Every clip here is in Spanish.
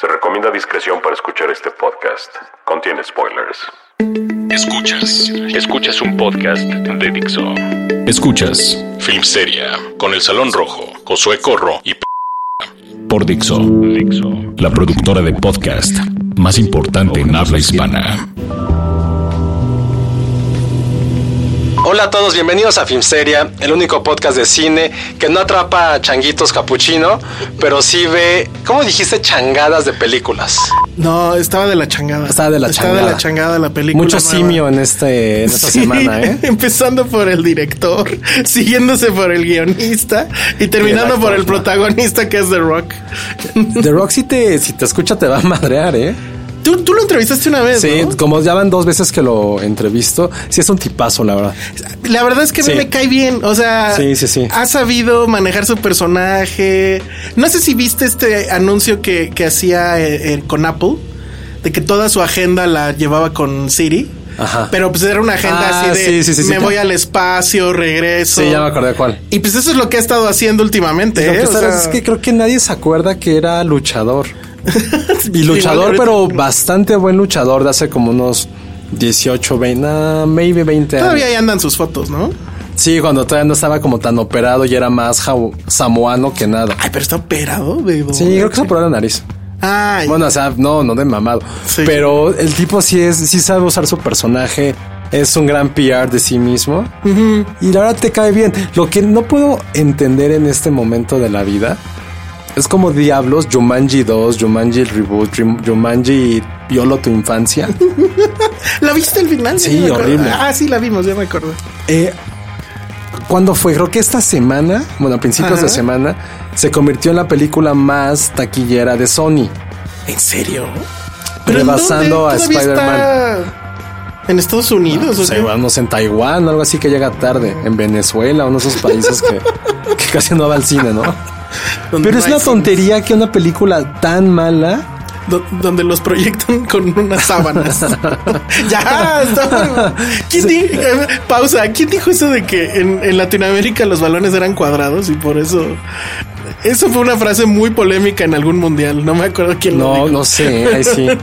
Se recomienda discreción para escuchar este podcast. Contiene spoilers. Escuchas, escuchas un podcast de Dixo. Escuchas Film Seria con El Salón Rojo, Josué Corro y P- por Dixo, la productora de podcast más importante en habla hispana. Hola a todos, bienvenidos a Filmsteria, el único podcast de cine que no atrapa a changuitos capuchino, pero sí ve, ¿cómo dijiste? Changadas de películas. No, estaba de la changada. Estaba de la changada. de la changada la película. Mucho nueva. simio en, este, en esta Sí, semana, ¿eh? Empezando por el director, siguiéndose por el guionista y terminando Y el por actor, el ¿no? protagonista que es The Rock. The Rock, si te, si te escucha, te va a madrear, ¿eh? Tú, tú lo entrevistaste una vez. Sí, ¿no? como ya van dos veces que lo entrevisto, sí es un tipazo, la verdad. La verdad es que a mí Sí. me cae bien. O sea, Sí, sí, sí. ha sabido manejar su personaje. No sé si viste este anuncio que, que hacía eh, eh, con Apple, de que toda su agenda la llevaba con Siri. Ajá. Pero pues era una agenda Ah, así sí, de sí, sí, sí, me ya. voy al espacio, regreso. Sí, ya me acordé cuál. Y pues eso es lo que ha estado haciendo últimamente. Lo ¿eh? que Oh. O está- sea, es que creo que nadie se acuerda que era luchador. Y luchador, ahorita- pero bastante buen luchador de hace como unos 18, 20, ah, maybe 20 años. Todavía ahí andan sus fotos, ¿no? Sí, cuando todavía no estaba como tan operado y era más jau- samoano que nada. Ay, pero está operado, bebo. Sí, creo que se operó la nariz. Ay, Bueno, o sea, no, no de mamado. Sí. Pero el tipo sí es, sí sabe usar su personaje. Es un gran PR de sí mismo. Y la verdad te cae bien. Lo que no puedo entender en este momento de la vida es como diablos, Jumanji 2, Jumanji el reboot, Jum- Jumanji Violo tu infancia. ¿la viste al final? Sí, Ya me acuerdo. horrible. Ah, sí, la vimos, ya me acuerdo. Eh, ¿Cuándo fue? Creo que esta semana, bueno, a principios Ajá. de semana, se convirtió en la película más taquillera de Sony. ¿En serio? en Rebasando dónde? a ¿Todavía Spider-Man. está En Estados Unidos, ¿o Pues qué? ahí vamos en Taiwán, algo así que llega tarde, en Venezuela, uno de esos países que, que casi no va al cine, ¿no? Donde Pero no es hay una cines. tontería que una película tan mala. Do- donde los proyectan con unas sábanas. ya, está- ¿Quién di- eh, pausa. ¿Quién dijo eso de que en, en Latinoamérica los balones eran cuadrados y por eso? Eso fue una frase muy polémica en algún mundial. No me acuerdo quién lo No, dijo. no sé, ahí sí. Ahí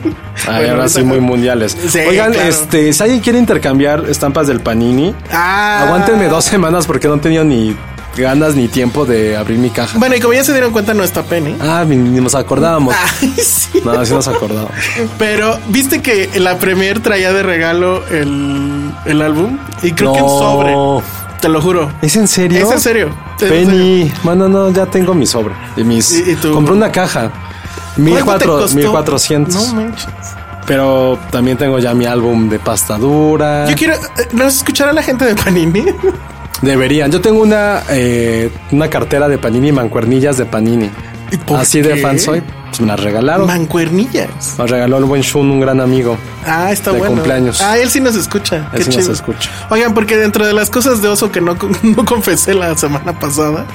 Bueno, ahora sí, muy mundiales. Sí, Oigan, claro. este, si alguien quiere intercambiar estampas del Panini, Ah. aguántenme dos semanas porque no he tenido ni ganas ni tiempo de abrir mi caja. Bueno, y como ya se dieron cuenta, no está Penny. Ah, ni ni nos acordábamos. Ay, sí. No, sí nos acordábamos. Pero viste que la premier traía de regalo el, el álbum y creo que un No. sobre. Te lo juro. ¿Es en serio? Es en serio. Es en serio. Penny. Bueno, no, ya tengo mi sobre. Y mis. ¿Y- y tu- Compré una caja. ¿Cuánto 1400. te costó? 1400. No manches. pero también tengo ya mi álbum de pasta dura. Yo quiero. eh, ¿No vas a escuchar a la gente de Panini? Deberían. Yo tengo una, eh, una cartera de Panini, mancuernillas de Panini. ¿Y por Así de qué? fan soy. Pues me las regalaron. Mancuernillas. Me regaló el buen Shun, un gran amigo. Ah, está De bueno. cumpleaños. Ah, él sí nos escucha. Él sí nos escucha. Oigan, porque dentro de las cosas de oso que no, con- no confesé la semana pasada,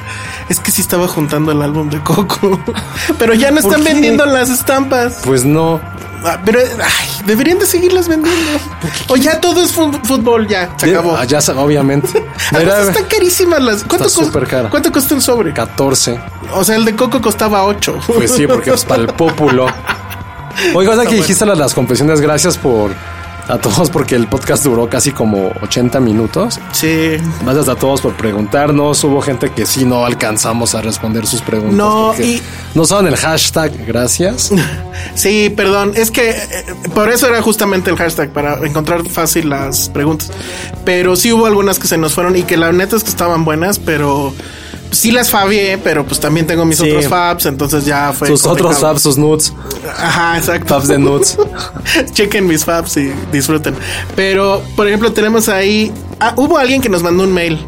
es que sí estaba juntando el álbum de Coco. Pero ya no ¿Por están qué? vendiendo las estampas. Pues no. Ah, Pero ay, deberían de seguirlas vendiendo. O ya todo es fu- fútbol, ya. Se acabó. Ah, ya sa- obviamente. Además, Era están carísimas las. ¿Cuánto, Está cos- súper cara. ¿Cuánto cuesta un sobre? 14. O sea, el de Coco costaba 8. Pues sí, porque es para el pópulo. Oiga, ahora que dijiste las, las confesiones, gracias por a todos porque el podcast duró casi como 80 minutos. Sí. Gracias a todos por preguntarnos. Hubo gente que sí no alcanzamos a responder sus preguntas. No, porque y- No saben el hashtag, gracias. Sí, perdón, es que eh, por eso era justamente el hashtag, para encontrar fácil las preguntas. Pero sí hubo algunas que se nos fueron y que la neta es que estaban buenas, pero sí las fabié, pero pues también tengo mis Sí. otros fabs, entonces ya fue. sus complicado. otros apps, sus nudes. Ajá, exacto. Fabs de nudes. Chequen mis fabs y disfruten. Pero, por ejemplo, tenemos ahí. ah, hubo alguien que nos mandó un mail.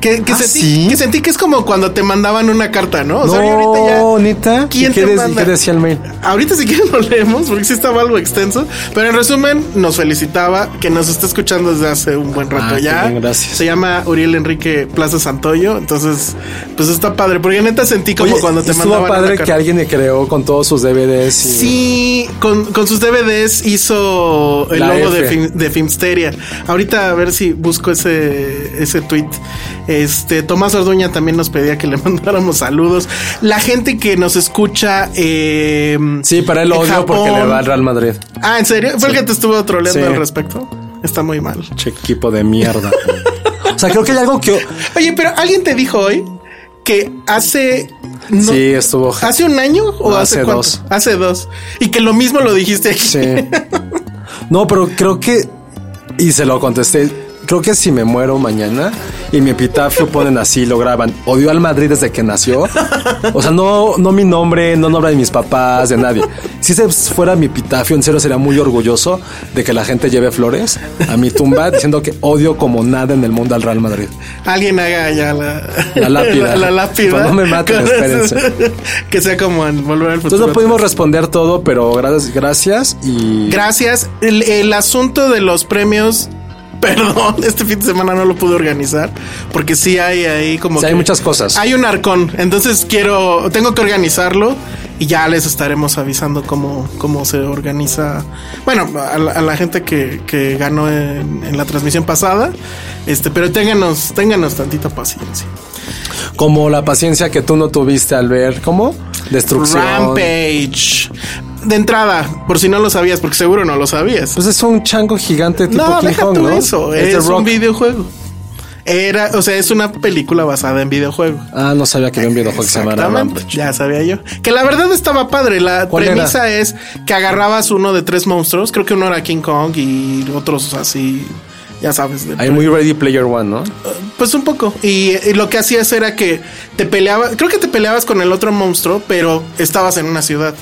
Que, que ¿Ah, sentí, sí? que sentí que es como cuando te mandaban una carta, ¿no? O sea, ahorita ya- No, neta. ¿Y ¿Quién qué, te de- manda? qué decía el mail? Ahorita si quieren lo leemos porque sí estaba algo extenso. Pero en resumen, nos felicitaba que nos está escuchando desde hace un buen rato Ah, qué ya. bien, gracias. Se llama Uriel Enrique Plaza Santoyo. Entonces, pues está padre. Porque neta sentí como Oye, cuando te estuvo mandaban una padre carta. que alguien le creó con todos sus DVDs. y- Sí, con, con sus DVDs hizo el La logo F. de, Film- de Filmsteria. Ahorita a ver si busco ese, ese tweet. Este, Tomás Orduña también nos pedía que le mandáramos saludos. La gente que nos escucha. eh, Sí, para él lo en odio porque Japón. le va al Real Madrid. Ah, ¿en serio? Fue el que te estuvo troleando Sí. al respecto. Está muy mal. Che equipo de mierda. o sea, creo que hay algo que. Oye, pero alguien te dijo hoy que hace. no- sí, estuvo. ¿Hace un año o No, hace, hace cuánto? dos. Hace dos. Y que lo mismo lo dijiste aquí. Sí. No, pero creo que. Y se lo contesté. Creo que si me muero mañana y mi epitafio ponen así, lo graban. Odio al Madrid desde que nació. O sea, no, no mi nombre, no nombre de mis papás, de nadie. Si ese fuera mi epitafio, en serio sería muy orgulloso de que la gente lleve flores a mi tumba diciendo que odio como nada en el mundo al Real Madrid. Alguien haga ya la, La lápida. La, la lápida. Pues no me maten, Con eso. espérense. que sea como en volver al futuro. Entonces no pudimos responder todo, pero gracias, gracias y Gracias. El, el asunto de los premios. Perdón, este fin de semana no lo pude organizar porque sí hay ahí como Sí, hay que- muchas cosas. Hay un arcón, entonces quiero, tengo que organizarlo y ya les estaremos avisando cómo, cómo se organiza. Bueno, a la, a la gente que, que ganó en, en la transmisión pasada, este, pero ténganos, ténganos tantita paciencia. como la paciencia que tú no tuviste al ver cómo destrucción. Rampage. De entrada, por si no lo sabías, porque seguro no lo sabías. Pues es un chango gigante tipo no, King deja Kong, tú ¿no? eso. Es Es, The Rock. un videojuego. Era, o sea, es una película basada en videojuego. Ah, no sabía que había un videojuego que se llamara Exactamente, Rampage. ya sabía yo. Que la verdad estaba padre. La ¿Cuál era? premisa es que agarrabas uno de tres monstruos. Creo que uno era King Kong y otros así, ya sabes. de- Hay muy Ready Player One, ¿no? Pues un poco. Y, y lo que hacías era que te peleabas, creo que te peleabas con el otro monstruo, pero estabas en una ciudad.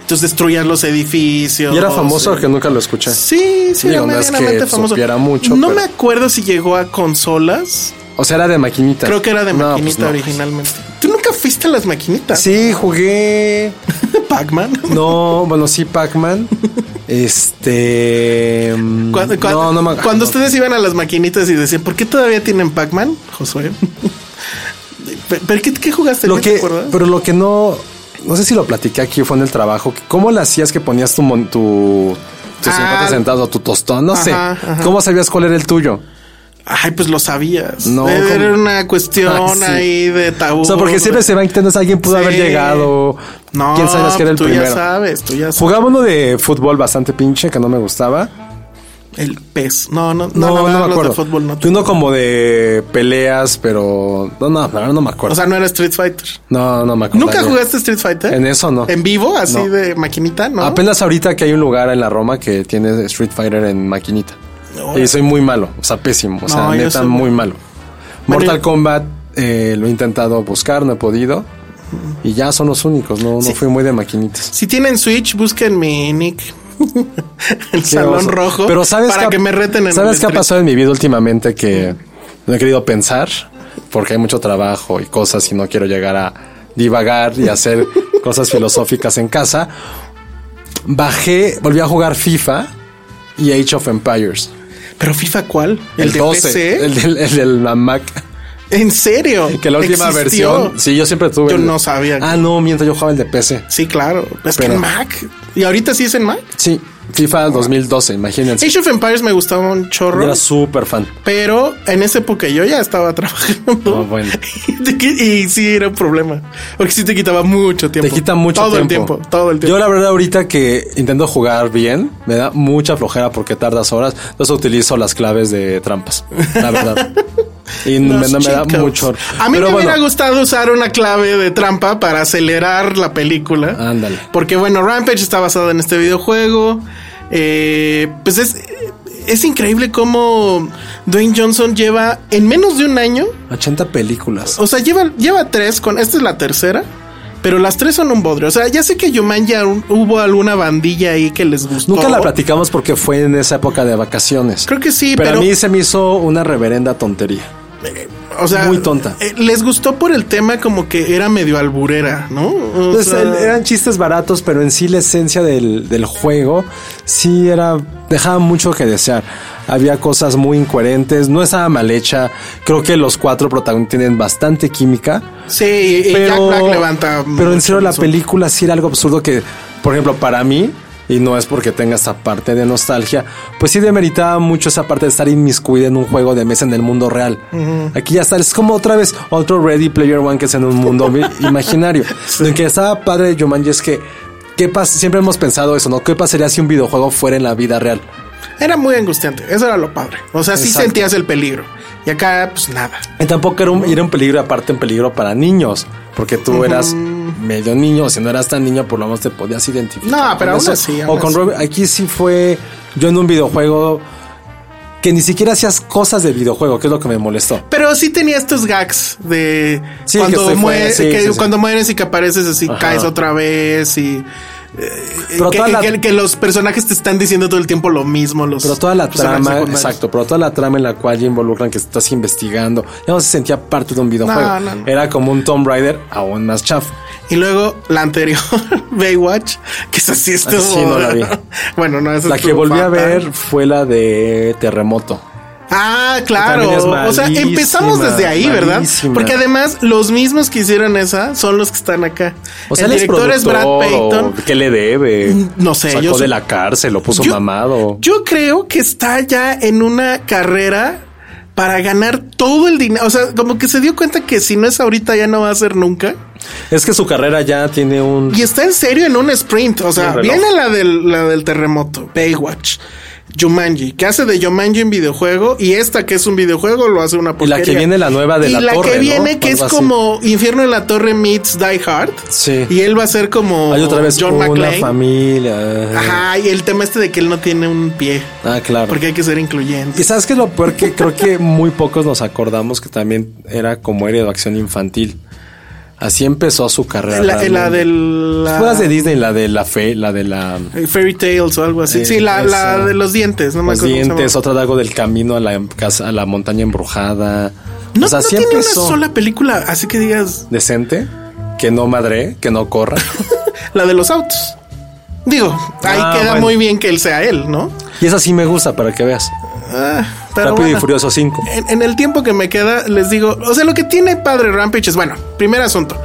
Entonces destruías los edificios. Y era famoso eh, que nunca lo escuché. Sí, sí, Digo, era no es que medianamente famoso. supiera mucho, no pero- me acuerdo si llegó a consolas. O sea, era de maquinita. Creo que era de No, maquinita pues no. originalmente. ¿Tú nunca fuiste a las maquinitas? Sí, jugué. Pac-Man. No, bueno, sí, Pac-Man. Este. mm, Cuando, cuando- no, no me cuando no. ustedes iban a las maquinitas y decían, ¿por qué todavía tienen Pac-Man, Josué? ¿Pero- ¿Pero qué, qué jugaste? lo ¿No te que, acuerdas? pero lo que no, no sé si lo platiqué aquí fue en el trabajo. que ¿Cómo lo hacías que ponías tu mon- tu tus Ah. 50 centavos o tu tostón? No sé. Ajá, ajá. ¿Cómo sabías cuál era el tuyo? Ay, pues lo sabías. No, Era ¿cómo? una cuestión Ah, sí. ahí de tabú. O sea, porque siempre se va intentando, si alguien pudo Sí. haber llegado. No, ¿Quién sabías que era el tú primero? ya sabes, tú ya sabes. Jugaba uno de fútbol bastante pinche que no me gustaba. El pez. No, no, No, no, la verdad, me los acuerdo. de fútbol no. Y uno como de peleas, pero no, no, la verdad no me O acuerdo. sea, no era Street Fighter. no, no me acuerdo. ¿Nunca jugaste Street Fighter? Ah, En eso no. Ah, ¿En vivo? Así No. de maquinita, ¿no? Apenas ahorita que hay un lugar en la Roma que tiene Street Fighter en maquinita. Órale. Y soy muy malo, o sea, pésimo, o sea, No, yo neta, soy- muy malo. Bueno, Mortal yo- Kombat eh, lo he intentado buscar, no he podido. Y ya son los únicos, no, no Sí. fui muy de maquinitas. Si tienen Switch, busquen mi nick. el salón Qué oso. rojo. Pero sabes para qué ha- que me reten en ¿Sabes el Mm. qué ha street. pasado en mi vida últimamente que no he querido pensar? Porque hay mucho trabajo y cosas y no quiero llegar a divagar y hacer cosas filosóficas en casa. Bajé, volví a jugar FIFA y Age of Empires. Pero FIFA, ¿cuál? El, de 12, PC? el del, el del- la Mac. ¿En serio? Que la última ¿Existió? versión. Sí, yo siempre tuve. Yo el- no sabía. Ah, no, mientras yo jugaba el de PC. Sí, claro. Es que Pero- en Mac. ¿Y ahorita sí es en Mac? Sí. FIFA 2012, imagínense. Age of Empires me gustaba un Yo chorro. era súper fan. Pero en esa época yo ya estaba trabajando. No, bueno. Te qui- y sí era un problema. Porque sí te quitaba mucho tiempo. Te quita mucho todo tiempo. el tiempo. Todo el tiempo. Yo la verdad ahorita que intento jugar bien, me da mucha flojera porque tardas horas. Entonces utilizo las claves de trampas. La verdad. Y me, Los da- me da chicos. mucho. A mí Pero me bueno, hubiera gustado usar una clave de trampa para acelerar la película. Ándale. Porque bueno, Rampage está basado en este videojuego. Eh, pues es, es increíble cómo Dwayne Johnson lleva en menos de un año. 80 películas. O sea, lleva, lleva tres con. Esta es la tercera. Pero las tres son un bodrio. O sea, ya sé que Yuman ya hubo alguna bandilla ahí que les gustó. Nunca la platicamos porque fue en esa época de vacaciones. Creo que sí, pero pero- a mí se me hizo una reverenda tontería. O sea, Muy tonta. eh, les gustó por el tema como que era medio alburera, ¿no? O Pues, sea- el- eran chistes baratos, pero en sí la esencia del, del juego sí era. dejaba mucho que desear. Había cosas muy incoherentes, no estaba mal hecha. Creo que los cuatro protagonistas tienen bastante química. Sí, y Pero, Jack Black levanta. pero en mucho serio, la eso. película sí era algo absurdo que, por ejemplo, para mí, y no es porque tenga esa parte de nostalgia, pues sí demeritaba mucho esa parte de estar inmiscuida en un juego de mesa en el mundo real. Aquí ya está, es como otra vez otro Ready Player One que es en un mundo vi- imaginario. Lo que estaba padre de Jumanji es que, ¿qué pas- siempre hemos pensado eso, ¿no? ¿Qué pasaría si un videojuego fuera en la vida real? Era muy angustiante. Eso era lo padre. O sea, sí Exacto. sentías el peligro. Y acá, pues nada. Y tampoco era un, era un peligro, aparte un peligro para niños, porque tú eras medio niño, si no eras tan niño, por lo menos te podías identificar. No, con pero aún eso. así, aún O con así. Robin, aquí sí fue yo en un videojuego que ni siquiera hacías cosas de videojuego, que es lo que me molestó. Pero sí tenía estos gags de Sí, que cuando, se fue, muere- sí, que sí, sí. cuando mueres y que apareces así, caes otra vez y. eh, Pero que, toda la- que- que los personajes te están diciendo todo el tiempo lo mismo. Los Pero toda la personajes trama, secundarios. exacto, pero toda la trama en la cual ya involucran que estás investigando, ya no se sentía parte de un videojuego. No, no, no. Era como un Tomb Raider aún más chafo. Y luego la anterior, Baywatch, que es así estuvo. sí, no la vi. bueno, no, esa La que estuvo volví a fatal. ver fue la de Terremoto. Ah, Que claro. también es o sea, malísima, empezamos desde ahí, ¿verdad? malísima. Porque además, los mismos que hicieron esa son los que están acá. O sea, el él es director es Brad productor, Payton. o ¿Qué le debe? No sé, Sacó yo de sé- la cárcel, lo puso mamado. yo creo que está ya en una carrera para ganar todo el dinero. O sea, como que se dio cuenta que si no es ahorita, ya no va a ser nunca. Es que su carrera ya tiene un. Y está en serio en un sprint. O sea, Un reloj. viene la del, la del terremoto, Baywatch. Jumanji, que hace de Jumanji un videojuego y esta que es un videojuego lo hace una Y la porquería. que viene, la nueva de y la la torre, que ¿no? viene que es Algo así. como Infierno en la Torre meets Die Hard. Sí. Y él va a ser como Hay otra vez John una McClane. familia. Ajá, y el tema este de que él no tiene un pie. Ah, claro. Porque hay que ser incluyente. Y sabes que lo peor que creo que muy pocos nos acordamos que también era como era de acción infantil. Así empezó su carrera. La, la realmente. del... la- Fue las de Disney, la de la fe, la de la. eh, Fairy Tales o algo así. Eh, sí, la, la esa. de los dientes, no me Los acuerdo cómo se llama. dientes, otra de algo del camino a la, em- casa- a la montaña embrujada. No, o sea, no así tiene empezó. una sola película, así que digas decente, que no madre, que no corra. la de los autos. Digo, ahí Ah, queda bueno. muy bien que él sea él, ¿no? y esa sí me gusta para que veas. Ah, pero Rápido bueno. y Furioso 5. En, en el tiempo que me queda, les digo, o sea, lo que tiene padre Rampage es, bueno, primer asunto.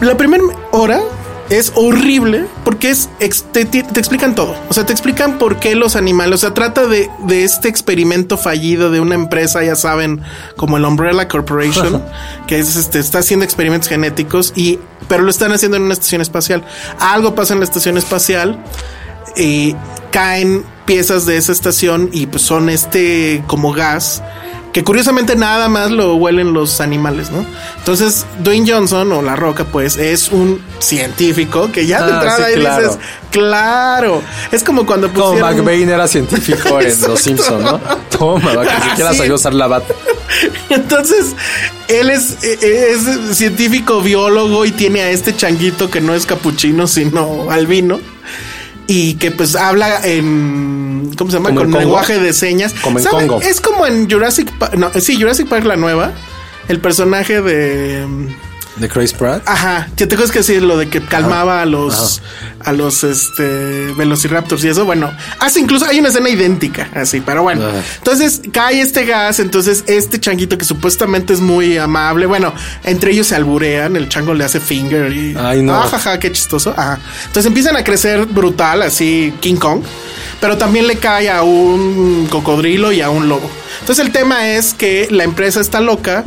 La primera hora es horrible porque es ex- te, te- te explican todo. O sea, te explican por qué los animales. O sea, trata de, de este experimento fallido de una empresa, ya saben, como el Umbrella Corporation, que es este, está haciendo experimentos genéticos y, pero lo están haciendo en una estación espacial. Algo pasa en la estación espacial eh, caen piezas de esa estación y pues son este como gas que curiosamente nada más lo huelen los animales, ¿no? Entonces Dwayne Johnson o La Roca pues es un científico que ya de Ah, entrada sí, ahí claro. dices, claro, es como cuando Como pusieron... McBain era científico en Los Simpsons, ¿no? Toma, va, que ni siquiera Sí. sabía usar la bata. Entonces, él es, eh, es científico biólogo y tiene a este changuito que no es capuchino, sino albino. Y que pues habla en. ¿Cómo se llama? Como en Con Congo. lenguaje de señas. Como en ¿Saben? Congo. Es como en Jurassic Park. No, sí, Jurassic Park la nueva. El personaje de. mm, de Chris Pratt. Ajá, que te acuerdas que sí, lo de que calmaba a los a los este velociraptors y eso, bueno, hasta incluso hay una escena idéntica, así, pero bueno. Ajá. Entonces cae este gas, entonces este changuito que supuestamente es muy amable, bueno, entre ellos se alburean, el chango le hace finger y Ay, no. ajaja, Ah, qué chistoso. Ajá. Entonces empiezan a crecer brutal, así King Kong, pero también le cae a un cocodrilo y a un lobo. Entonces el tema es que la empresa está loca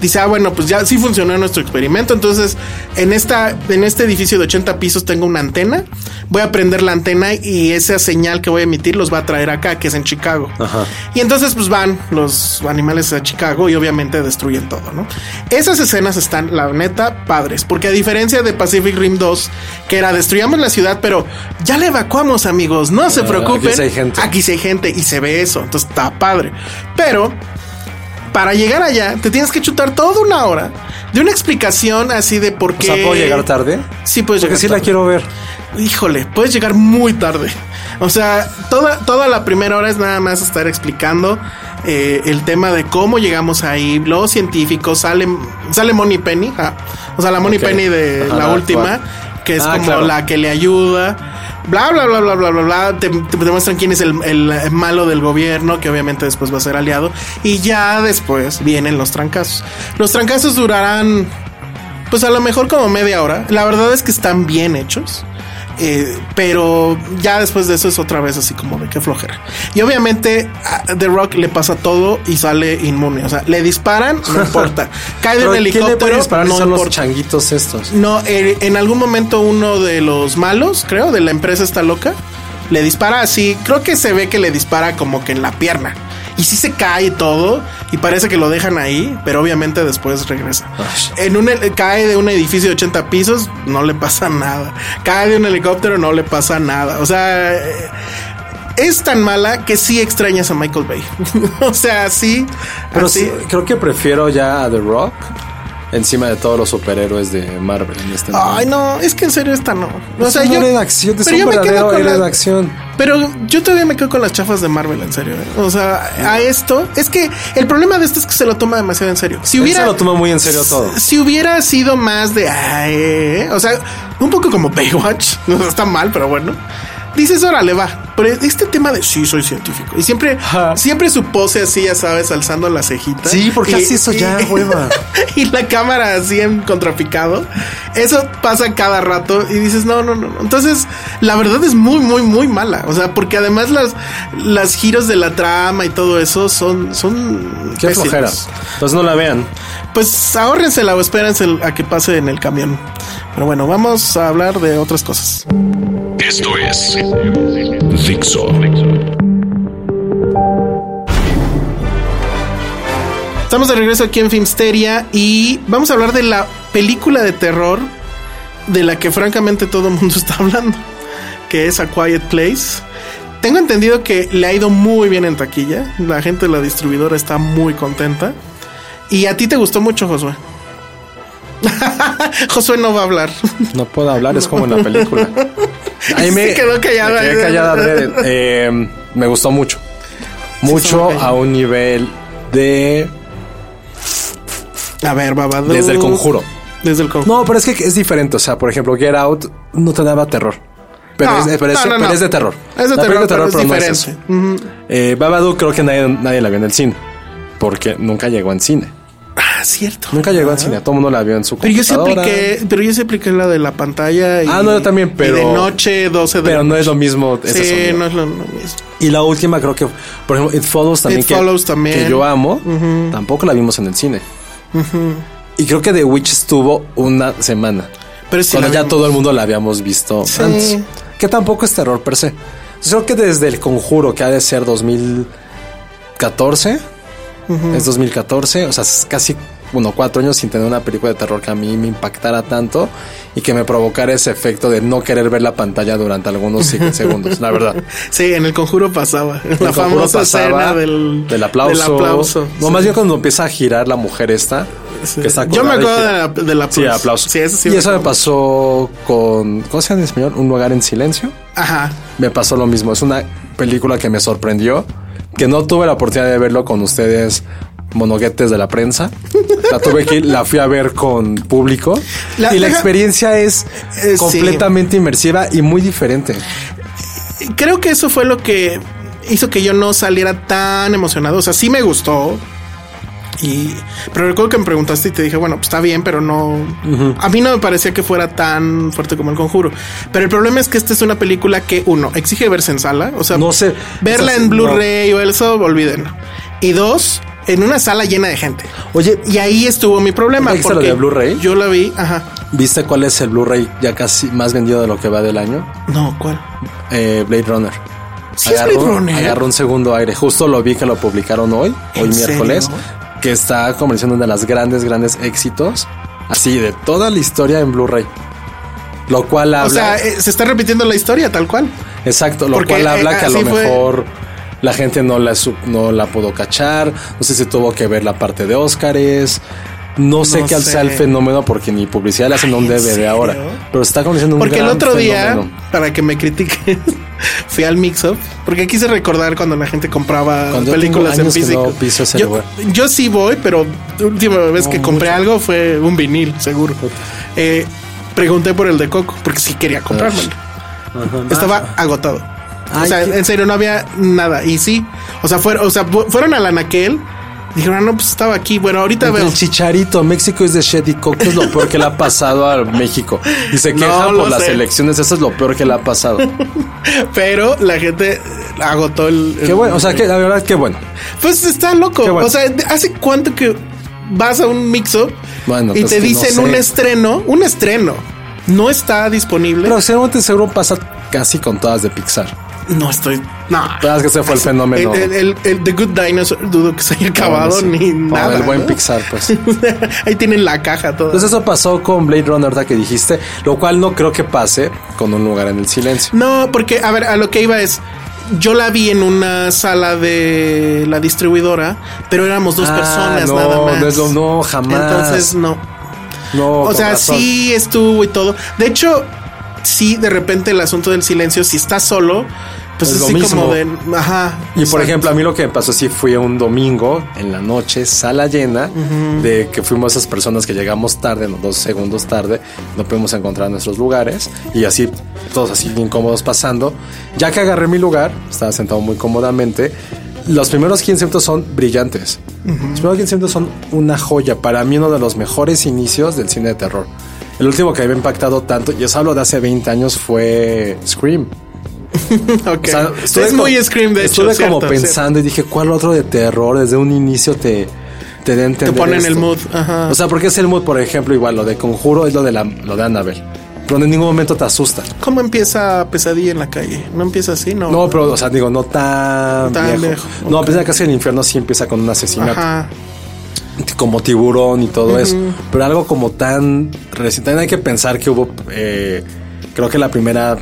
dice, ah, bueno, pues ya sí funcionó nuestro experimento. Entonces, en, esta, en este edificio de 80 pisos tengo una antena. Voy a prender la antena y esa señal que voy a emitir los va a traer acá, que es en Chicago. Y entonces, pues van los animales a Chicago y obviamente destruyen todo, ¿no? Esas escenas están, la neta, padres. Porque a diferencia de Pacific Rim 2, que era destruyamos la ciudad, pero ya la evacuamos, amigos. No se preocupen. Ah, sí hay gente. Aquí sí hay gente y se ve eso. Entonces, está padre. Pero para llegar allá te tienes que chutar toda una hora de una explicación así de por O qué. sea, ¿puedo llegar tarde? Sí, puedes Porque llegar. sí la tarde. quiero ver. Híjole, puedes llegar muy tarde. O sea, toda, toda la primera hora es nada más estar explicando eh, el tema de cómo llegamos ahí. Los científicos salen, sale Moni Penny, ah, o sea, la Moni Ok. Penny de Ajá, la la última, actual. que es Ah, como claro. la que le ayuda. Bla, bla, bla, bla, bla, bla, bla. Te, te demuestran quién es el, el malo del gobierno, que obviamente después va a ser aliado. Y ya después vienen los trancazos. Los trancazos durarán pues a lo mejor como media hora. La verdad es que están bien hechos. eh, pero ya después de eso es otra vez así como de que flojera. Y obviamente a The Rock le pasa todo y sale inmune. O sea, le disparan, no importa. Cae de Pero un ¿Quién le puede helicóptero, disparar no son los importa. changuitos estos? No, eh, en algún momento uno de los malos, creo, de la empresa está loca, le dispara así. Creo que se ve que le dispara como que en la pierna. Y sí se cae y todo, y parece que lo dejan ahí, pero obviamente después regresa. En un hel- cae de un edificio de 80 pisos, no le pasa nada. Cae de un helicóptero, no le pasa nada. O sea, eh, es tan mala que sí extrañas a Michael Bay. o sea, sí. Pero así. sí, creo que prefiero ya a The Rock encima de todos los superhéroes de Marvel en este Ay, momento. no, es que en serio esta no. O Es sea, un yo. héroe de acción, es pero un yo me quedo verdadero con héroe de la- acción. Pero yo todavía me quedo con las chafas de Marvel, en serio. ¿eh? O sea, a esto. Es que el problema de esto es que se lo toma demasiado en serio. Si Él hubiera. se lo toma muy en serio todo. Si hubiera sido más de. ay, eh, eh, o sea, un poco como Baywatch. No o sea, está mal, pero bueno. Dices, órale, va. Pero este tema de sí, soy científico. Y siempre, Ajá. siempre su pose así, ya sabes, alzando la cejita. Sí, ¿por qué Y- hace eso ya, y- hueva? y la cámara así en contrapicado. Eso pasa cada rato y dices, no, no, no. no". Entonces, la verdad es muy, muy, muy mala. O sea, porque además las, las giros de la trama y todo eso son, son Qué pésimos. flojera. Entonces no la vean. Pues ahórrensela o espérense a que pase en el camión. Pero bueno, vamos a hablar de otras cosas. Esto es Dixo. Estamos de regreso aquí en Filmsteria y vamos a hablar de la película de terror de la que francamente todo el mundo está hablando, que es A Quiet Place. Tengo entendido que le ha ido muy bien en taquilla, la gente de la distribuidora está muy contenta. Y a ti te gustó mucho, Josué. Josué no va a hablar. No puedo hablar, es como en la película. Se quedó callada. Me quedé callada, adrede. Eh, me gustó mucho. Mucho muy bien. a un nivel de. A ver, babado. Desde el conjuro. Desde el conjuro. No, pero es que es diferente. O sea, por ejemplo, Get Out no te daba terror. Pero, No, es, pero es- no, no, pero no. es de terror. Es de La película terror, pero es no diferente. eso. Eh, Babadook creo que nadie, nadie la vio en el cine. Porque nunca llegó en cine. Ah, cierto. Nunca llegó en cine. Todo el mundo la vio en su Pero yo sí computadora. apliqué, pero yo sí apliqué la de la pantalla y, Ah, no, yo también, y pero- de noche 12 de Pero no es lo mismo. ese Sí, sonido. no es lo, lo mismo. Y la última creo que, por ejemplo, It Follows también, It que, Follows también. que yo amo, tampoco la vimos en el cine. Y creo que The Witch estuvo una semana. Pero sí cuando la ya vimos. todo el mundo la habíamos visto Sí. antes. Que tampoco es terror per se. Creo que desde el conjuro, que ha de ser 2014, es 2014, o sea, es casi uno, cuatro años sin tener una película de terror que a mí me impactara tanto y que me provocara ese efecto de no querer ver la pantalla durante algunos segundos, la verdad. Sí, en el conjuro pasaba. la El conjuro famosa pasaba escena del, aplauso. del aplauso. No, Sí. más bien cuando empieza a girar la mujer esta. Sí. Que está Yo me acuerdo colgada y gira. de la- del aplauso. Sí, aplauso. Sí, eso sí y me eso me acuerdo. pasó con. ¿Cómo se llama en español? Un lugar en silencio. Ajá. Me pasó lo mismo. Es una película que me sorprendió. Que no tuve la oportunidad de verlo con ustedes monoguetes de la prensa. La tuve que ir, la fui a ver con público. La- y la deja- experiencia es Eh, sí. completamente inmersiva y muy diferente. creo que eso fue lo que hizo que yo no saliera tan emocionado. O sea, sí me gustó. Y, pero recuerdo que me preguntaste y te dije, bueno, pues está bien, pero no. A mí no me parecía que fuera tan fuerte como el conjuro. Pero el problema es que esta es una película que, uno, exige verse en sala. O sea, No sé. verla O sea, en no. Blu-ray o eso, olvídenlo. Y dos, en una sala llena de gente. Oye, Y ahí estuvo mi problema. ¿Viste la porque de Blu-ray? Yo la vi, ajá. ¿viste cuál es el Blu-ray ya casi más vendido de lo que va del año? No, ¿cuál? Eh, Blade Runner. Sí, es ¿eh? Blade Runner. agarró un segundo aire. Justo lo vi que lo publicaron hoy, hoy ¿En miércoles, serio? que está convirtiendo en una de las grandes, grandes éxitos. Así de toda la historia en Blu-ray. Lo cual habla. O sea, eh, se está repitiendo la historia tal cual. Exacto, lo Porque, cual eh, habla que a lo así fue- mejor la gente no la, su- no la pudo cachar, no sé si tuvo que ver la parte de Óscares, no sé No qué al sé. sea el fenómeno porque ni publicidad le hacen a un Ay, ¿en DVD ahora, serio? pero está conociendo un Porque el gran otro día, fenómeno. para que me critiques, fui al mix-up. Porque quise recordar cuando la gente compraba Cuando yo películas tengo años en que físico. no piso ese yo, lugar. yo sí voy, pero la última vez que compré algo fue un vinil, seguro. Eh, pregunté por el de Coco, porque sí quería comprármelo. Estaba agotado. o Ay, sea, qué- en serio, no había nada. Y sí, o sea, fueron, o sea, fu- fueron al Anaquel. Dijeron, ah, no, pues estaba aquí. Bueno, ahorita Entre veo. el chicharito, México es de shit y Coco es lo peor que le ha pasado a México. Y se No quejan lo por las sé. elecciones, eso es lo peor que le ha pasado. Pero la gente agotó el. qué el- bueno, o sea, que la verdad, qué bueno. Pues está loco. Qué bueno. O sea, ¿de- ¿hace cuánto que vas a un mix-up Bueno, y pues te que no dicen sé. un estreno? Un estreno. No está disponible. Pero seguramente seguro pasa casi con todas de Pixar. no estoy. No. Pero es que ese fue el Así- fenómeno. El, el- el The Good Dinosaur dudo que se haya acabado Bueno, sí. ni Con nada. El buen ¿no? Pixar, pues. Ahí tienen la caja toda. Entonces Pues eso pasó con Blade Runner, ¿verdad? Que dijiste, lo cual no creo que pase con un lugar en el silencio. No, porque, a ver, a lo que iba es. Yo la vi en una sala de la distribuidora, pero éramos dos Ah, personas no, nada más. no es lo- no, jamás. Entonces, no. No, O con sea, razón. sí estuvo y todo. De hecho, sí, de repente el asunto del silencio, si estás solo, pues Es es lo así mismo. como de. Ajá. Y por exacto. ejemplo, a mí lo que me pasó sí fui un domingo en la noche, sala llena, de que fuimos esas personas que llegamos tarde, no, dos segundos tarde, no pudimos encontrar nuestros lugares y así, todos así incómodos pasando. Ya que agarré mi lugar, estaba sentado muy cómodamente. Los primeros 15 minutos son brillantes. Los primeros 15 minutos son una joya. Para mí, uno de los mejores inicios del cine de terror. El último que me había impactado tanto, y eso hablo de hace 20 años, fue Scream. Ok. O sea, estuve es como- muy Scream, de hecho. Estuve como cierto, pensando y dije, ¿cuál otro de terror desde un inicio te, te da a entender Te ponen esto? el mood, ajá. O sea, porque es el mood, por ejemplo, igual lo de Conjuro es lo de, la, lo de Annabelle. Pero en ningún momento te asusta. cierto. ¿Cómo empieza Pesadilla en la calle? ¿No empieza así? No. No, pero, o sea, digo, no tan, Tan viejo. lejos, No, ok. a pesar de que casi el infierno sí empieza con un asesinato. Ajá. como tiburón y todo eso. Pero algo como tan reciente. También hay que pensar que hubo, eh, creo que la primera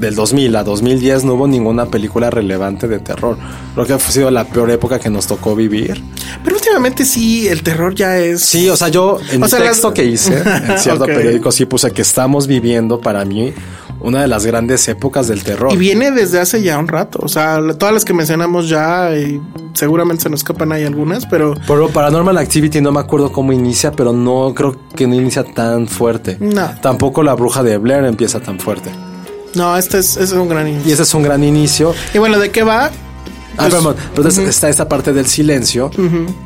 del 2000 a 2010 no hubo ninguna película relevante de terror. Creo que ha sido la peor época que nos tocó vivir. Pero últimamente sí, el terror ya es. Sí, o sea, yo en O mi sea, las- texto que hice, en cierto Ok. periódico, sí puse que estamos viviendo para mí una de las grandes épocas del terror. Y viene desde hace ya un rato. O sea, la- todas las que mencionamos ya, y seguramente se nos escapan ahí algunas, pero. Pero Paranormal Activity no me acuerdo cómo inicia, pero no creo que no inicia tan fuerte. No. Tampoco la bruja de Blair empieza tan fuerte. No, este es, es un gran Y inicio. ese es un gran inicio. Y bueno, ¿de qué va? Ah, Pues- perdón, pero entonces está esta parte del silencio.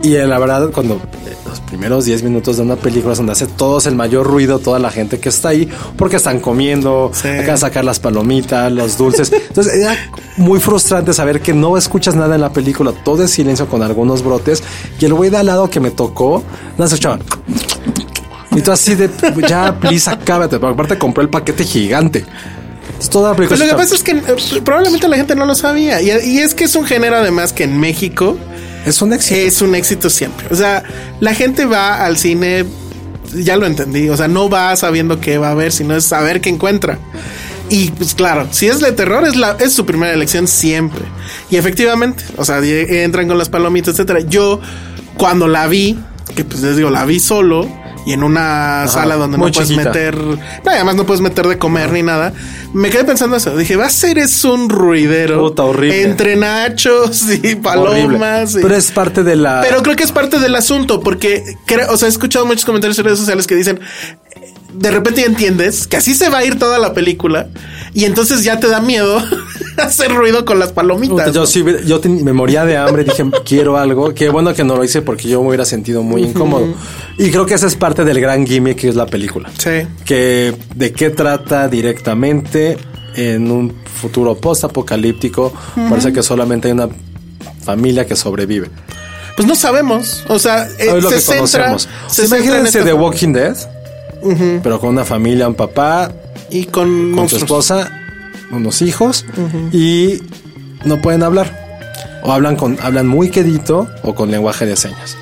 Y eh, la verdad, cuando eh, los primeros 10 minutos de una película es donde hace todos el mayor ruido, toda la gente que está ahí, porque están comiendo, Sí. acaban de sacar las palomitas, los dulces. Entonces era muy frustrante saber que no escuchas nada en la película, todo es silencio con algunos brotes. Y el güey de al lado que me tocó, no se escuchaba. Y tú así de, ya, please, acábate. Pero aparte compré el paquete gigante. Entonces, toda la película Pues lo que se pasa es que eh, probablemente la gente no lo sabía. Y, y es que es un género además que en México escuchaba. es un éxito. es un éxito siempre. O sea, la gente va al cine, ya lo entendí, o sea, no va sabiendo qué va a ver, sino es saber qué encuentra. Y pues claro, si es de terror es, la, es su primera elección siempre. Y efectivamente, o sea, lle- entran con las palomitas, etcétera. Yo cuando la vi, que pues les digo, la vi solo, y en una sala donde no muy puedes chiquita. meter, no, y además no puedes meter de comer ni nada. Me quedé pensando eso. Dije, va a ser es un ruidero Puta, horrible. entre nachos y Horrible. palomas. y- Pero es parte de la. pero creo que es parte del asunto, porque creo, o sea, he escuchado muchos comentarios en redes sociales que dicen. De repente ya entiendes que así se va a ir toda la película y entonces ya te da miedo hacer ruido con las Puta, palomitas. Yo ¿no? sí, yo ten- me moría de hambre, dije, quiero algo. Qué bueno que no lo hice porque yo me hubiera sentido muy incómodo. Y creo que esa es parte del gran gimmick que es la película. Sí. Que de qué trata directamente en un futuro post-apocalíptico. Parece que solamente hay una familia que sobrevive. Pues no sabemos. O sea, eh, es lo se que centra. conocemos. se centra en Imagínense esta- The Walking Dead, pero con una familia, un papá, y con, con su monstruos. esposa, unos hijos y no pueden hablar. O hablan con hablan muy quedito o con lenguaje de señas.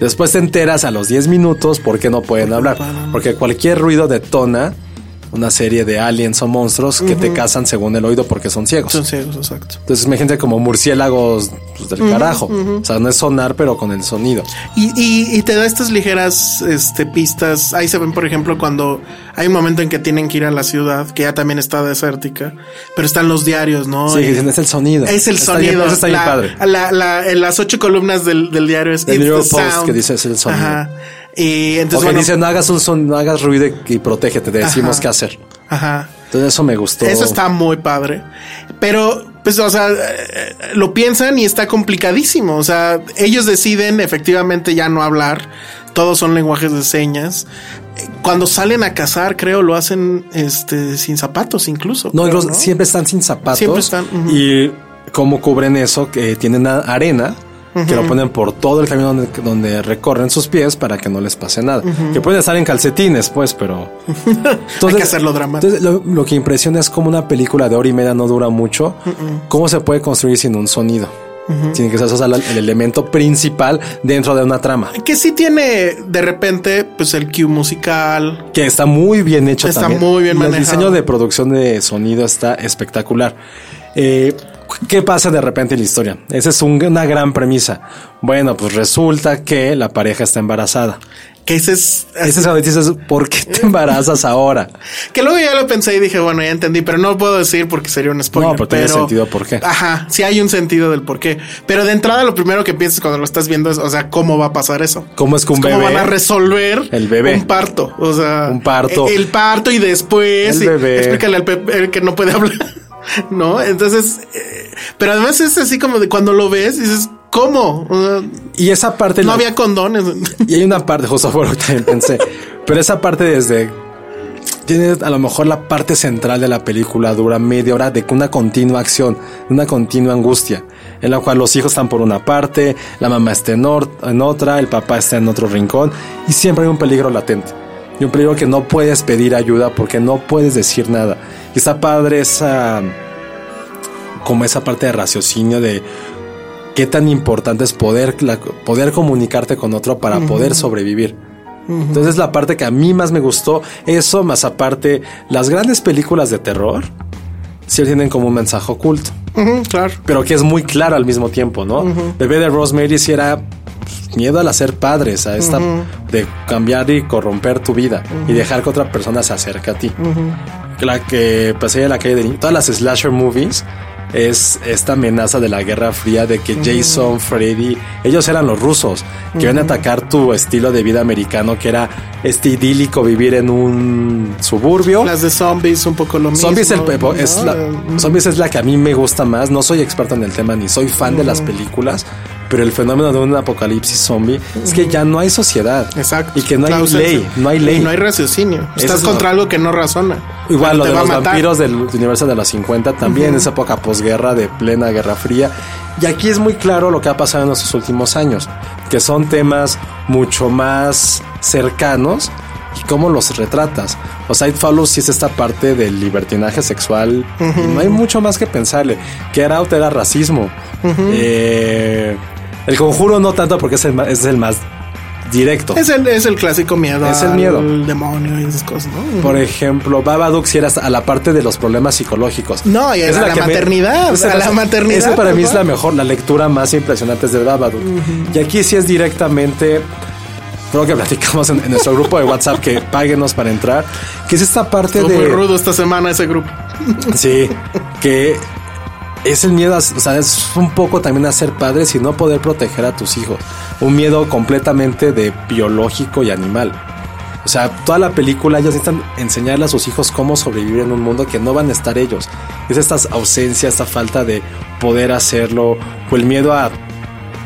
Después te enteras a los 10 minutos por qué no pueden hablar, porque cualquier ruido detona una serie de aliens o monstruos que te cazan según el oído porque son ciegos. Son ciegos, exacto. Entonces me gente como murciélagos pues, del carajo. O sea, no es sonar, pero con el sonido. Y, y- y te da estas ligeras este, pistas. Ahí se ven, por ejemplo, cuando hay un momento en que tienen que ir a la ciudad, que ya también está desértica, pero están los diarios, ¿no? Sí, Y- dicen, es el sonido. es el Está bien- sonido. eso está bien La- padre. la- la- en las ocho columnas del, del diario es Del "It's New York the Post", sound". que dice, "Es el sonido". Ajá. Y entonces, Porque bueno, dicen, no hagas, un son, no hagas ruido y protégete, te decimos Ajá. qué hacer. ajá. Entonces eso me gustó. Eso está muy padre. Pero, pues, o sea, eh, lo piensan y está complicadísimo. O sea, ellos deciden efectivamente ya no hablar. Todos son lenguajes de señas. Eh, Cuando salen a cazar, creo, lo hacen este, sin zapatos incluso. No, creo, los- siempre están sin zapatos. Siempre están, ujú. Y cómo cubren eso, que tienen a- arena. Que lo ponen por todo el camino donde, donde recorren sus pies para que no les pase nada. Que pueden estar en calcetines, pues, pero. Entonces, hacerlo dramático. entonces, lo, lo que impresiona es cómo una película de hora y media no dura mucho. ¿Cómo se puede construir sin un sonido? Sin que sea eso el elemento principal dentro de una trama. Que sí tiene de repente, pues, el cue musical. Que está muy bien hecho Está también. muy bien Y El manejado. diseño de producción de sonido está espectacular. Eh, ¿Qué pasa de repente en la historia? Esa es un- una gran premisa. Bueno, pues resulta que la pareja está embarazada. Que ese es. Ese es cuando dices, ¿por qué te embarazas ahora? Que luego ya lo pensé y dije, bueno, ya entendí, pero no puedo decir porque sería un spoiler. No, pero tiene sentido por qué. Ajá, sí hay un sentido del por qué. Pero de entrada lo primero que piensas cuando lo estás viendo es, o sea, ¿cómo va a pasar eso? ¿Cómo es que un ¿Cómo bebé- van a resolver El bebé. un parto? O sea, e-, Un parto. El, el parto y después. El y bebé. Explícale al bebé que no puede hablar. No, entonces, eh, pero además es así como de cuando lo ves, dices, ¿cómo? O sea, Y esa parte... no la- había condones. Y hay una parte, justo por lo que también pensé, pero esa parte desde... Tiene a lo mejor la parte central de la película dura media hora de una continua acción, una continua angustia, en la cual los hijos están por una parte, la mamá está en, or- en otra, el papá está en otro rincón y siempre hay un peligro latente. Y un peligro que no puedes pedir ayuda porque no puedes decir nada. Y está padre esa... como esa parte de raciocinio de qué tan importante es poder, la- poder comunicarte con otro para poder sobrevivir. Entonces la parte que a mí más me gustó, eso más aparte, las grandes películas de terror sí tienen como un mensaje oculto, Ujú, claro. pero que es muy claro al mismo tiempo, ¿no? Bebé de Rosemary sí era pues, miedo al hacer padres, a esta de cambiar y corromper tu vida y dejar que otra persona se acerque a ti. La que pasé en la calle de niño, todas las slasher movies es esta amenaza de la Guerra Fría de que Jason, Freddy, ellos eran los rusos que iban a atacar tu estilo de vida americano que era este idílico vivir en un suburbio. Las de zombies, un poco lo mismo. Zombies, el, pepo- es ¿no? Eh, la, Ujú. Zombies es la que a mí me gusta más. No soy experto en el tema ni soy fan de las películas, pero el fenómeno de un apocalipsis zombie es que ya no hay sociedad. Exacto. Y que no La hay ausencia. ley. No hay ley. Y no hay raciocinio. Eso Estás es contra lo- algo que no razona. Igual lo Te de va a los matar. vampiros del universo de los 50 también, esa época posguerra de plena guerra fría. Y aquí es muy claro lo que ha pasado en los últimos años, que son temas mucho más cercanos y cómo los retratas. O sea, It Follows sí es esta parte del libertinaje sexual. y no hay mucho más que pensarle. Que era Out era racismo. Eh, el conjuro no tanto porque es el, ma- es el más directo. Es el, es el clásico miedo. Es el miedo. Al demonio y esas cosas, ¿no? Por ejemplo, Babadook si era hasta- a la parte de los problemas psicológicos. No, y Esa a la que me- maternidad, esa a la maternidad, Esa para mí es ajá. la mejor, la lectura más impresionante es de Babadook. Y aquí sí es directamente creo que platicamos en, en nuestro grupo de WhatsApp que páguenos para entrar, que es esta parte Fue muy de... rudo esta semana ese grupo. Sí, que es el miedo, a, o sea, es un poco también a ser padres y no poder proteger a tus hijos. Un miedo completamente de biológico y animal. O sea, toda la película ellos necesitan enseñarle a sus hijos cómo sobrevivir en un mundo que no van a estar ellos. Es esta ausencia, esta falta de poder hacerlo o el miedo a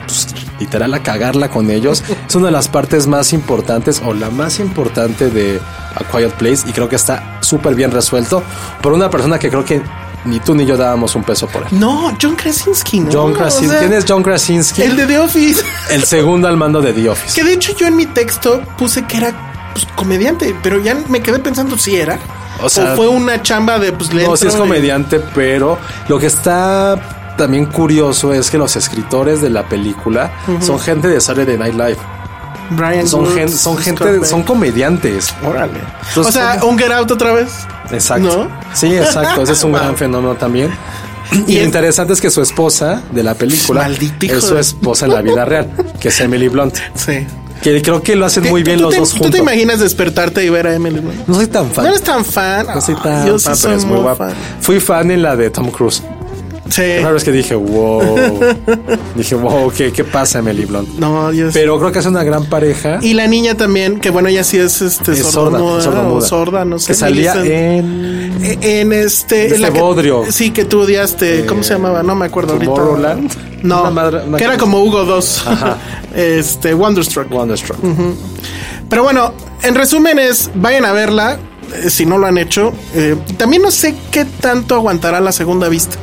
pues, literal a cagarla con ellos. Es una de las partes más importantes o la más importante de A Quiet Place y creo que está súper bien resuelto por una persona que creo que ni tú ni yo dábamos un peso por él. No, John Krasinski, ¿no? John O Krasinski. sea, ¿Quién es John Krasinski? El El, de The Office. segundo al mando de The Office. Que de hecho yo en mi texto puse que era pues, comediante, pero ya me quedé pensando si era. O sea, fue una chamba de pues le No, sí es entro y- comediante, pero lo que está también curioso es que los escritores de la película son gente de Saturday Night Live. Brian Son, Woods, gen- son Scott gente, Beck. son comediantes. Órale. Entonces, o sea, ¿cómo? un Get Out otra vez. Exacto. ¿No? Sí, exacto. Ese es un gran Wow. fenómeno también. Y Y lo es- interesante es que su esposa de la película Maldito hijo es su de- esposa en la vida real, que es Emily Blunt. Sí. Que creo que lo hacen muy ¿Tú- bien tú los te- dos ¿Tú te juntos. imaginas despertarte y ver a Emily? Blunt? No soy tan fan. No eres tan fan. No soy tan yo fan, sí pero soy es muy muy guapa. fan. Fui fan en la de Tom Cruise. Sí. Una vez que dije, wow. dije, wow, ¿qué, qué pasa, Emily Blunt? No, yo sí. Pero creo que es una gran pareja. Y la niña también, que bueno, ella sí es este Es sorda, sordomuda sordomuda. o sorda, no sé. que salía Millicent. en en este Este en la que- bodrio. Eh, sí, que tú odiaste, ¿cómo se llamaba? No me acuerdo ahorita. Tomorrowland. No, Una madre- una que era cosa- como Hugo 2. este Wonderstruck. Wonderstruck. Pero bueno, en resumen es, vayan a verla, eh, si no lo han hecho. Eh, también no sé qué tanto aguantará la segunda vista.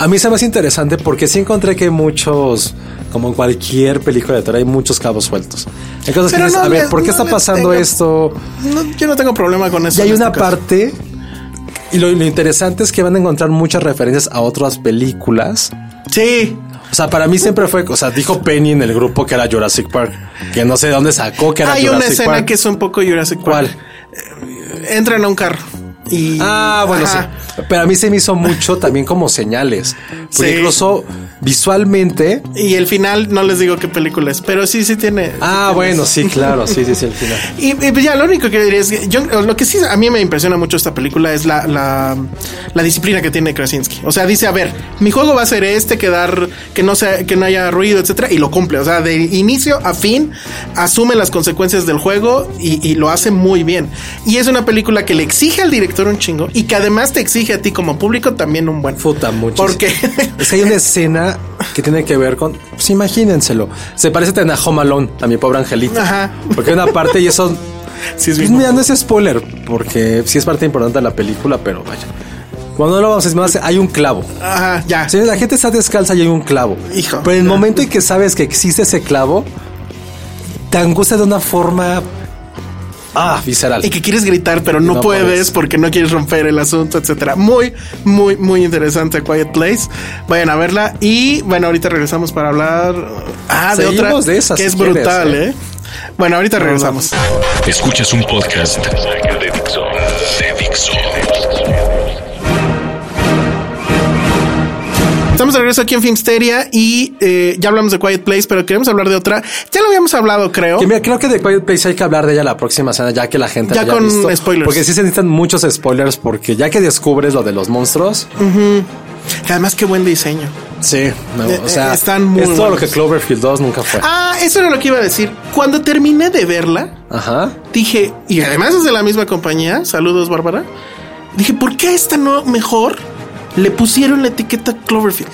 A mí se me hace interesante porque sí encontré que hay muchos, como en cualquier película de terror, hay muchos cabos sueltos. Hay cosas que Pero dices, no a ver, le- ¿por qué no está le pasando tengo- esto? No, yo no tengo problema con eso. Y hay en una este caso. parte, y lo, lo interesante es que van a encontrar muchas referencias a otras películas. Sí. O sea, para mí siempre fue, o sea, dijo Penny en el grupo que era Jurassic Park, que no sé de dónde sacó que era Hay una Jurassic escena Park. que es un poco Jurassic ¿Cuál? Park. Entran a un carro. Y, Ah, bueno, Ajá. sí. Pero a mí se me hizo mucho también como señales. Porque Sí. incluso visualmente. Y el final, no les digo qué película es, pero sí, sí tiene. Ah, bueno, sí, claro, sí, sí, sí, al final. Y, y pues ya lo único que diría es que yo, lo que sí a mí me impresiona mucho esta película es la, la, la disciplina que tiene Krasinski. O sea, dice, a ver, mi juego va a ser este, quedar, que no sea, que no haya ruido, etcétera, y lo cumple. O sea, de inicio a fin, asume las consecuencias del juego y, y lo hace muy bien. Y es una película que le exige al director un chingo y que además te exige a ti como público también un buen. Puta, mucho. Porque Es que hay una escena que tiene que ver con. Pues imagínenselo. Se parece tan a Home Alone, a mi pobre angelito. Ajá. Porque hay una parte y eso. Sí, Pues es bien mira, no es spoiler, porque sí es parte importante de la película, pero vaya. Cuando no lo vamos a decir más, hay un clavo. ajá, ya. Señores, la gente está descalza y hay un clavo. Hijo. Pero en el momento en que sabes que existe ese clavo, te angustia de una forma. Ah, visceral. y que quieres gritar, pero no, No puedes, puedes. porque no quieres romper el asunto, etcétera. Muy, muy, muy interesante Quiet Place. Vayan a verla. Y bueno, ahorita regresamos para hablar. Ah, de Seguimos otra de esas, que si es brutal, quieres, eh. Bueno, ahorita regresamos. Escuchas un podcast de Dixo. De Dixo. Estamos de regreso aquí en Filmsteria y eh, ya hablamos de Quiet Place, pero queremos hablar de otra. Ya lo habíamos hablado, creo. Que mira, creo que de Quiet Place hay que hablar de ella la próxima semana, ya que la gente la Ya haya con visto. spoilers. Porque sí se necesitan muchos spoilers, porque ya que descubres lo de los monstruos, Mm. Además, qué buen diseño. sí, no, Eh, o sea, eh, están muy es todo lo buenos. que Cloverfield 2 nunca fue. Ah, eso era lo que iba a decir. Cuando terminé de verla, Ajá. dije, y además es de la misma compañía, saludos Bárbara, dije, ¿por qué a esta no mejor le pusieron la etiqueta Cloverfield?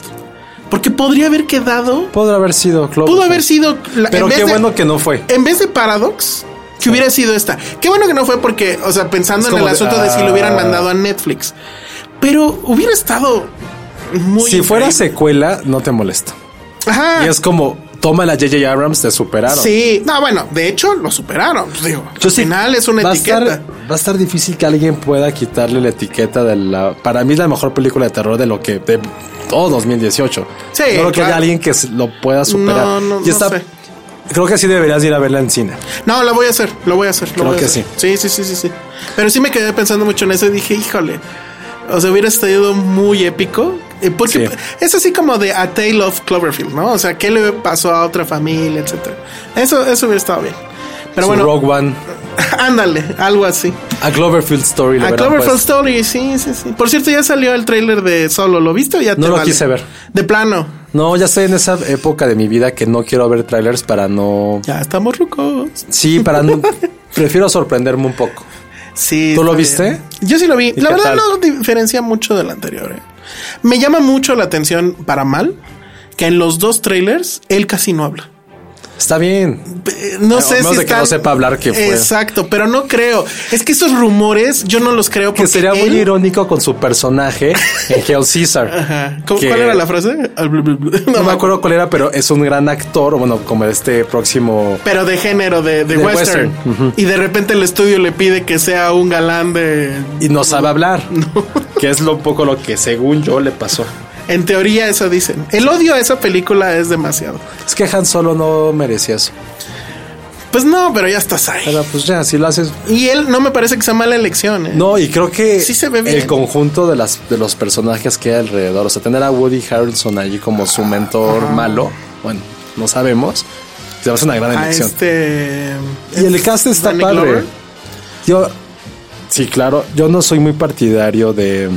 Porque podría haber quedado, Podría haber sido Cloverfield. pudo haber sido... la- Pero en vez qué de- bueno que no fue. En vez de Paradox, que hubiera sido esta. Qué bueno que no fue porque, o sea, pensando Es en el como de, asunto de si lo hubieran ah. mandado a Netflix. Pero hubiera estado muy... si fuera increíble. secuela, no te molesta. Ajá. Y es como, toma la J.J. Abrams, te superaron. Sí, no, bueno, de hecho lo superaron. Pues digo, Yo al sí- final es una va a etiqueta. estar- va a estar difícil que alguien pueda quitarle la etiqueta de la. Para mí es la mejor película de terror de lo que. de oh, todo 2018. Sí, No creo que claro. haya alguien que se lo pueda superar. No, no, y no esta- sé. Creo que sí deberías ir a verla en cine. No, lo voy a hacer, lo voy a hacer. Lo Creo voy a que hacer. sí. Sí, sí, sí, sí. Pero sí me quedé pensando mucho en eso y dije, híjole. O sea, hubiera estado muy épico. eh, Porque Sí. es así como de A Tale of Cloverfield, ¿no? O sea, ¿qué le pasó a otra familia, etcétera? Eso, eso hubiera estado bien. Pero Su bueno, Rogue One. ándale, algo así. A Cloverfield Story. pues. le A hubieran Cloverfield puesto. Story, sí, sí, sí. Por cierto, ya salió el tráiler de Solo, ¿lo viste o ya te No lo vale? quise ver. De plano. No, ya estoy en esa época de mi vida que no quiero ver trailers para no. Ya estamos rucos. Sí, para no. Prefiero sorprenderme un poco. Sí. ¿Tú está lo viste? bien. Yo sí lo vi. ¿Y La qué tal? verdad no diferencia mucho del anterior. eh. Me llama mucho la atención para mal que en los dos trailers él casi no habla. Está bien. Eh, No A sé menos si de que están- no sepa hablar que fue. Exacto, pero no creo. Es que esos rumores yo no los creo porque Que sería muy él- irónico con su personaje en Hell Caesar. Ajá. ¿Cómo- que- ¿Cuál era la frase? Ah, blu, blu, blu. No me acuerdo cuál era, pero es un gran actor. o Bueno, como este próximo. Pero de género, de, De de western. western, ujú. Y de repente el estudio le pide que sea un galán de... Y no sabe hablar. Que es lo un poco lo que según yo le pasó. En teoría eso dicen. El odio a esa película es demasiado. Es que Han Solo no merecía eso. Pues no, pero ya estás ahí. Pero pues ya, si lo haces. Y él no me parece que sea mala elección. ¿eh? No, y creo que Sí se ve bien. el conjunto de, las, de los personajes que hay alrededor, o sea, tener a Woody Harrelson allí como su mentor malo, bueno, no sabemos, se va a hacer una gran a elección. este... Y el cast está Danny padre. Glover. Yo, sí, claro, yo no soy muy partidario de,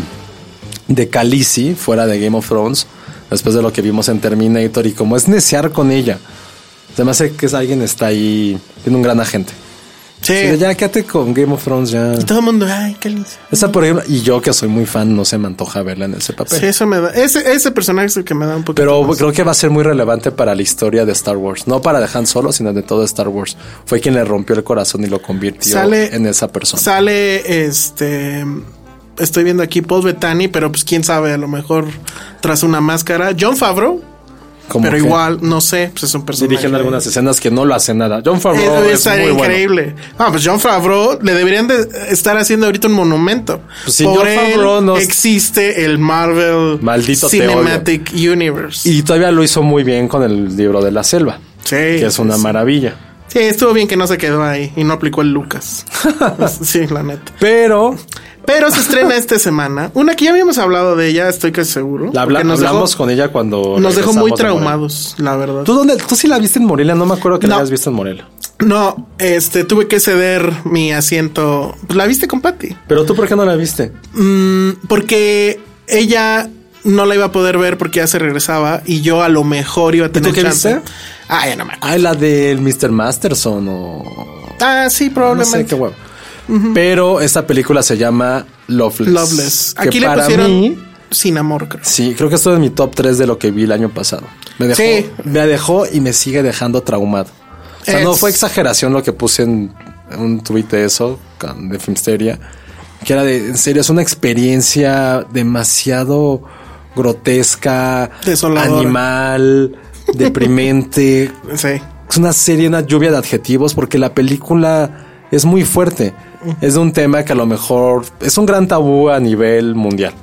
de Khaleesi fuera de Game of Thrones, después de lo que vimos en Terminator y como es necear con ella. Se me hace que es alguien está ahí, tiene un gran agente. Así de, Sí. ya quédate con Game of Thrones ya. Y todo el mundo, ay, qué lindo. Esa, por ejemplo, y yo que soy muy fan, no se me antoja verla en ese papel. Sí, eso me da... Ese, ese personaje es el que me da un poquito Pero más. creo que va a ser muy relevante para la historia de Star Wars. No para de Han Solo, sino de todo Star Wars. Fue quien le rompió el corazón y lo convirtió Sale- en esa persona. Sale este. Estoy viendo aquí Paul Bettany, pero pues quién sabe, a lo mejor tras una máscara. John Favreau, Como pero que igual, no sé, pues es un personaje. Dirigen algunas escenas que no lo hacen nada. John Eh, Favreau Oh, es estaría muy bueno. increíble. Ah, pues John Favreau le deberían de estar haciendo ahorita un monumento. Pues sí, Por Jon él Favreau no- existe el Marvel Maldito te Cinematic Universe. Y todavía lo hizo muy bien con el libro de la selva, sí, que es una sí. maravilla. Sí, estuvo bien que no se quedó ahí y no aplicó el Lucas. sí, la neta. Pero Pero se estrena esta semana. Una que ya habíamos hablado de ella, estoy casi seguro. la habla- porque nos dejó- hablamos con ella cuando. Nos dejó regresamos de muy Morelia. traumados, la verdad. ¿Tú, dónde, ¿Tú sí la viste en Morelia? No me acuerdo que la No. hayas visto en Morelia. No, este, tuve que ceder mi asiento. Pues, La viste con Patty. Pero tú, ¿por qué no la viste? Porque ella no la iba a poder ver porque ya se regresaba y yo a lo mejor iba a tener qué chance. viste? Ah, ya no me acuerdo. Ah, la del Mr. Masterson o. Ah, sí, No sé probablemente. qué huevo. Pero esta película se llama Loveless. Loveless. que Aquí le para pusieron mí- sin amor, creo. sí, creo que esto es mi top 3 de lo que vi el año pasado. Me dejó, Sí. me dejó y me sigue dejando traumado. O sea, no Es- fue exageración lo que puse en un tuit de eso, con- de Filmsteria, que era de, en serio, es una experiencia demasiado grotesca, Desoladora. animal, deprimente, Sí. es una serie, una lluvia de adjetivos, porque la película es muy fuerte. Es de un tema que a lo mejor es un gran tabú a nivel mundial.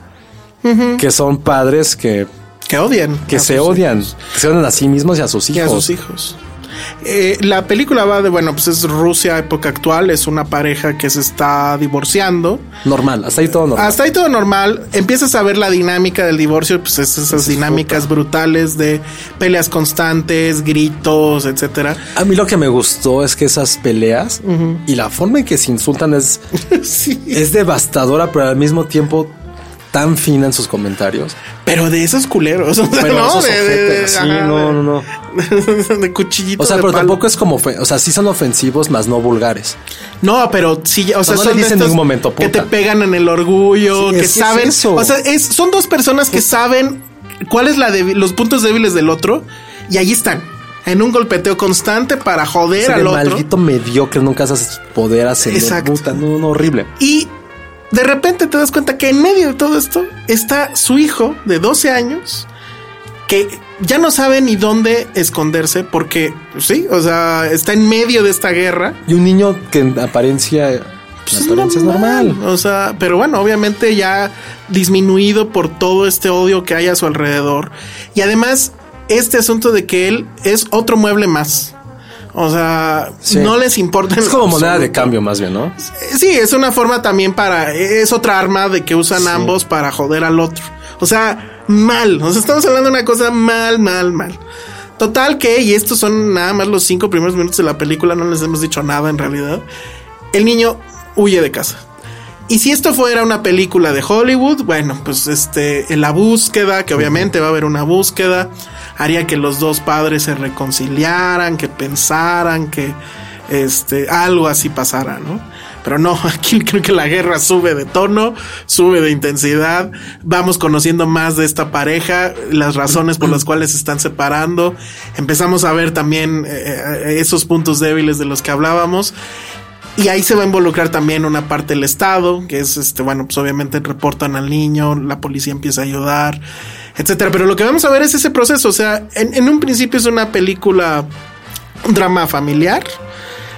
Que son padres que, Que odian. que a se sus- odian, que se odian a sí mismos y a sus y hijos. a sus hijos. Eh, la película va de, bueno, pues es Rusia, época actual, es una pareja que se está divorciando. Normal, hasta ahí todo normal. Hasta ahí todo normal. Empiezas a ver la dinámica del divorcio, pues es esas dinámicas brutales de peleas constantes, gritos, etcétera. A mí lo que me gustó es que esas peleas y la forma en que se insultan es, sí. es devastadora, pero al mismo tiempo tan fina en sus comentarios. Pero de esos culeros, o sea, Pero ¿no? esos De- de- ojetes, de- sí, ajá, no, no, no. de- de cuchillitos. O sea, de pero palo. tampoco es como, ofen- o sea, sí son ofensivos, más no vulgares. No, pero sí, o sea, no le son dicen de en estos ningún momento, que te puta. pegan en el Sí, orgullo, que es que es saben. eso. O sea, es- son dos personas que saben cuál es la débil- los puntos débiles del otro y ahí están. En un golpeteo constante para joder Ese al de otro. maldito mediocre, nunca haces poder hacer Exacto. Puta, no, no, horrible. Y de repente te das cuenta que en medio de todo esto está su hijo de 12 años que ya no sabe ni dónde esconderse porque, pues sí, o sea, está en medio de esta guerra. Y un niño que en apariencia, en Pues es apariencia es normal. O sea, pero bueno, obviamente ya disminuido por todo este odio que hay a su alrededor. Y además, este asunto de que él es otro mueble más. O sea, Sí. no les importa. en Es como moneda de absoluto. cambio, más bien, ¿no? Sí, es una forma también para. Es otra arma de que usan ambos para joder al otro. O sea, mal. O sea, estamos hablando de una cosa mal, mal, mal. Total que, y estos son nada más los cinco primeros minutos de la película, no les hemos dicho nada en realidad. El niño huye de casa. Y si esto fuera una película de Hollywood, bueno, pues este, en la búsqueda, que obviamente va a haber una búsqueda, haría que los dos padres se reconciliaran, que pensaran, que este, algo así pasara, ¿no? Pero no, aquí creo que la guerra sube de tono, sube de intensidad, vamos conociendo más de esta pareja, las razones por las cuales se están separando, empezamos a ver también eh, esos puntos débiles de los que hablábamos. Y ahí se va a involucrar también una parte del Estado, que es este, bueno, pues obviamente reportan al niño, la policía empieza a ayudar, etcétera. Pero lo que vamos a ver es ese proceso. O sea, en, en un principio es una película, un drama familiar.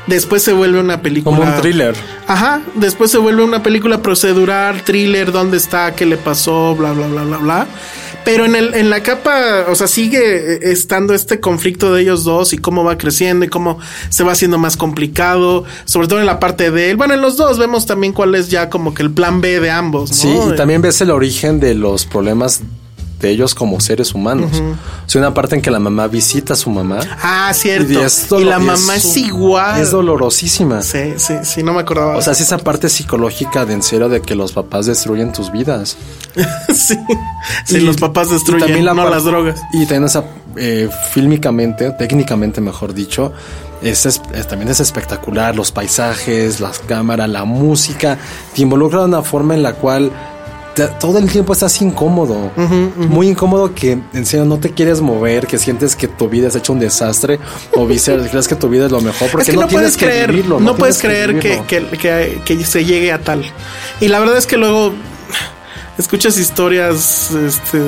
Después se vuelve una película. Como un thriller. Ajá. Después se vuelve una película procedural, thriller, dónde está, qué le pasó, bla, bla, bla, bla, bla. Pero en, el, en la capa, o sea, sigue estando este conflicto de ellos dos y cómo va creciendo y cómo se va haciendo más complicado, sobre todo en la parte de él. Bueno, en los dos vemos también cuál es ya como que el plan B de ambos. ¿no? Sí, y también ves el origen de los problemas de ellos como seres humanos. O sea, una parte en que la mamá visita a su mamá. Ah, cierto. Y Y, es dolo- la y es mamá es, un- igual. Es dolorosísima. sí, sí, sí, no me acordaba. O sea, es esa parte psicológica de en serio de que los papás destruyen tus vidas. sí. Sí, Y- los papás y destruyen, también la no par- las drogas. Y también esa eh, fílmicamente, técnicamente mejor dicho, es, es- es- también es espectacular. Los paisajes, las cámaras, la música, te involucra de una forma en la cual te- todo el tiempo estás incómodo. Muy incómodo que en serio no te quieres mover, que sientes que tu vida es hecho un desastre o viceversa, crees que tu vida es lo mejor porque es que no, tienes puedes que creer, vivirlo, no puedes tienes creer que, vivirlo. que, que- que se llegue a tal. Y la verdad es que luego escuchas historias este,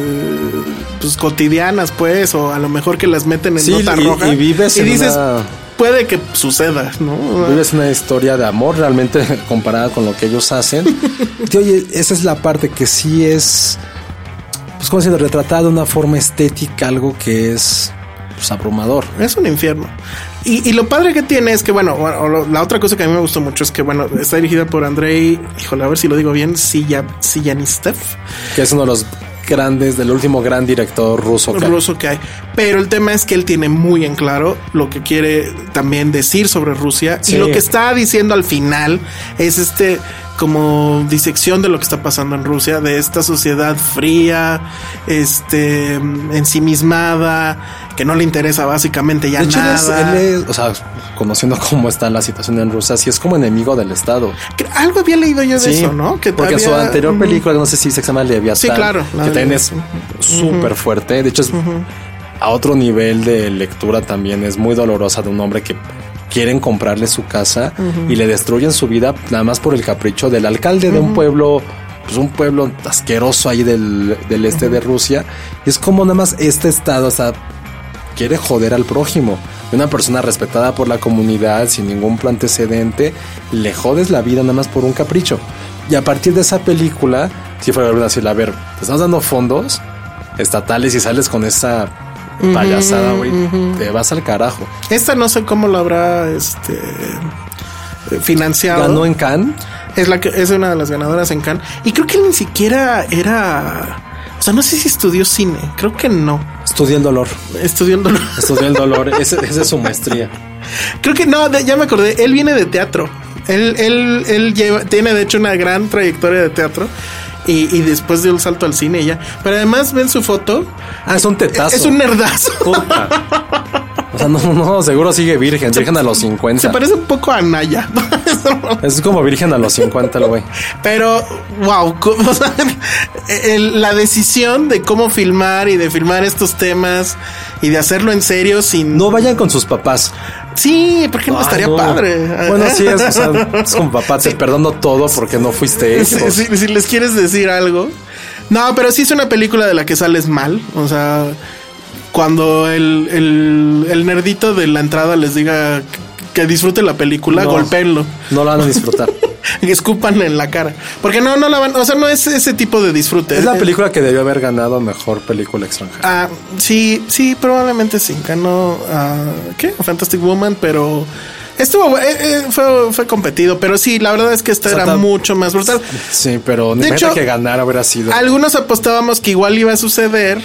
pues, cotidianas, pues, o a lo mejor que las meten en Sí, nota y- roja. y vives en dices, una- puede que suceda, ¿no? Vives Pues una historia de amor realmente comparada con lo que ellos hacen. Y oye, esa es la parte que sí es, pues como decirlo, retratada de una forma estética, algo que es pues, abrumador. Es un infierno. Y, y lo padre que tiene es que, bueno, o- o lo- la otra cosa que a mí me gustó mucho es que, bueno, está dirigida por Andrei, híjole, a ver si lo digo bien, Silla- Sillanistev, Que es uno de los grandes, del último gran director ruso. que- ruso que hay. Pero el tema es que él tiene muy en claro lo que quiere también decir sobre Rusia. Sí. Y lo que está diciendo al final es este como disección de lo que está pasando en Rusia, de esta sociedad fría, este ensimismada, que no le interesa básicamente ya de hecho, él es- nada. él es- o sea, conociendo cómo está la situación en Rusia, sí es como enemigo del Estado. Que Algo había leído yo de eso, ¿no? Que porque en su había- anterior Ujú. película, no sé si se llama Leviatán, Sí, claro, la que de- también es súper fuerte. De hecho, es a otro nivel de lectura también es muy dolorosa de un hombre que quieren comprarle su casa y le destruyen su vida nada más por el capricho del alcalde de un pueblo. Pues un pueblo asqueroso ahí del, del este de Rusia. Y es como nada más este estado, o sea, quiere joder al prójimo. Una persona respetada por la comunidad, sin ningún antecedente, le jodes la vida nada más por un capricho. Y a partir de esa película, si fue a decir, a ver, te estás dando fondos estatales y sales con esa payasada, güey, te vas al carajo. Esta no sé cómo la habrá este eh, financiado. Ganó en Cannes. Es la que es una de las ganadoras en Cannes y creo que él ni siquiera era o sea, no sé si estudió cine, creo que no. Estudió el dolor. Estudió en dolor. Estudió el dolor. Ese- Esa es su maestría. Creo que no, de- ya me acordé, él viene de teatro. Él, él, él lleva, tiene de hecho una gran trayectoria de teatro y, y después dio el salto al cine y ya. Pero además ven su foto, Ah, es un tetazo. es un nerdazo. Puta. O sea, no, no, seguro sigue virgen. Virgen a los 50. Se parece un poco a Naya. Es como virgen a los 50, el güey. Pero, wow, co- o sea, el- la decisión de cómo filmar y de filmar estos temas y de hacerlo en serio sin... No vayan con sus papás. Sí, porque no Ay, estaría Ah, no. padre. Bueno, sí es, o sea, es como papá, te perdono todo porque no fuiste Si, eso. si- si les quieres decir algo. No, pero sí es una película de la que sales mal. O sea, cuando el, el, el nerdito de la entrada les diga que- que disfrute la película, No. golpéenlo. No lo van a disfrutar. Escúpanle en la cara. Porque no, no la van... O sea, no es ese tipo de disfrute. Eh, es la película que debió haber ganado mejor película extranjera. Ah, sí, sí, probablemente sí. Ganó ah, ¿qué? A Fantastic Woman, pero estuvo eh, eh, fue, fue competido, pero sí, la verdad es que esta O sea, era tam- mucho más brutal. Sí, pero pues, De ni hecho, que ganar hubiera sido. Algunos apostábamos que igual iba a suceder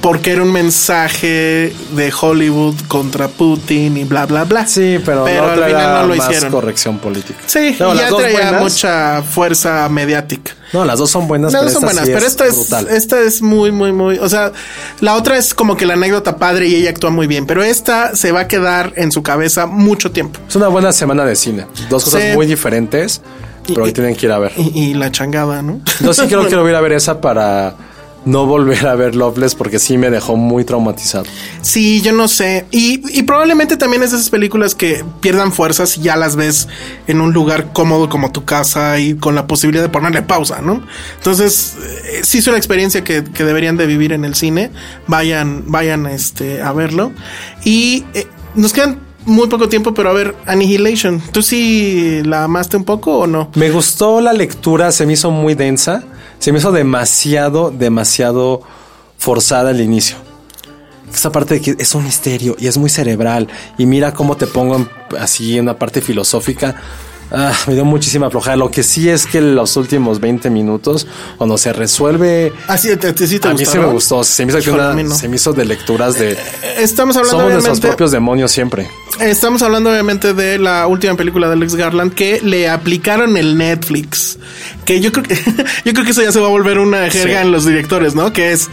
porque era un mensaje de Hollywood contra Putin y bla, bla, bla. Sí, pero, pero la otra al final era no lo más hicieron. corrección política. Sí, No, y las ya dos traía buenas- mucha fuerza mediática. No, las dos son buenas. Las pero dos son esta buenas, sí pero esta es, brutal. esta es muy, muy, muy. O sea, la otra es como que la anécdota padre y ella actúa muy bien, pero esta se va a quedar en su cabeza mucho tiempo. Es una buena semana de cine. Dos cosas Sí. muy diferentes, pero que tienen que ir a ver. Y, y la changada, ¿no? Yo sí creo que lo voy a ir a ver esa para no volver a ver Loveless porque sí me dejó muy traumatizado. Sí, yo no sé. Y, y probablemente también es de esas películas que pierdan fuerzas y ya las ves en un lugar cómodo como tu casa y con la posibilidad de ponerle pausa, ¿no? Entonces, eh, sí es una experiencia que, que deberían de vivir en el cine. Vayan, vayan este, a verlo. Y eh, nos quedan muy poco tiempo, pero a ver, Annihilation, ¿tú sí la amaste un poco o no? Me gustó la lectura, se me hizo muy densa, se me hizo demasiado, demasiado forzada al inicio. Esa parte de que es un misterio y es muy cerebral y mira cómo te pongo en- así en una parte filosófica. Ah, me dio muchísima flojera. Lo que sí es que los últimos 20 minutos, cuando se resuelve... Así, te, te- Ah, sí te a mí sí me gustaron? gustó, se me hizo, que Híjole, una- a mí no. se me hizo de lecturas de... Estamos hablando Somos nuestros obviamente- propios demonios siempre. Estamos hablando obviamente de la última película de Alex Garland que le aplicaron el Netflix. Que yo creo que, yo creo que eso ya se va a volver una jerga Sí. en los directores, ¿no? Que es,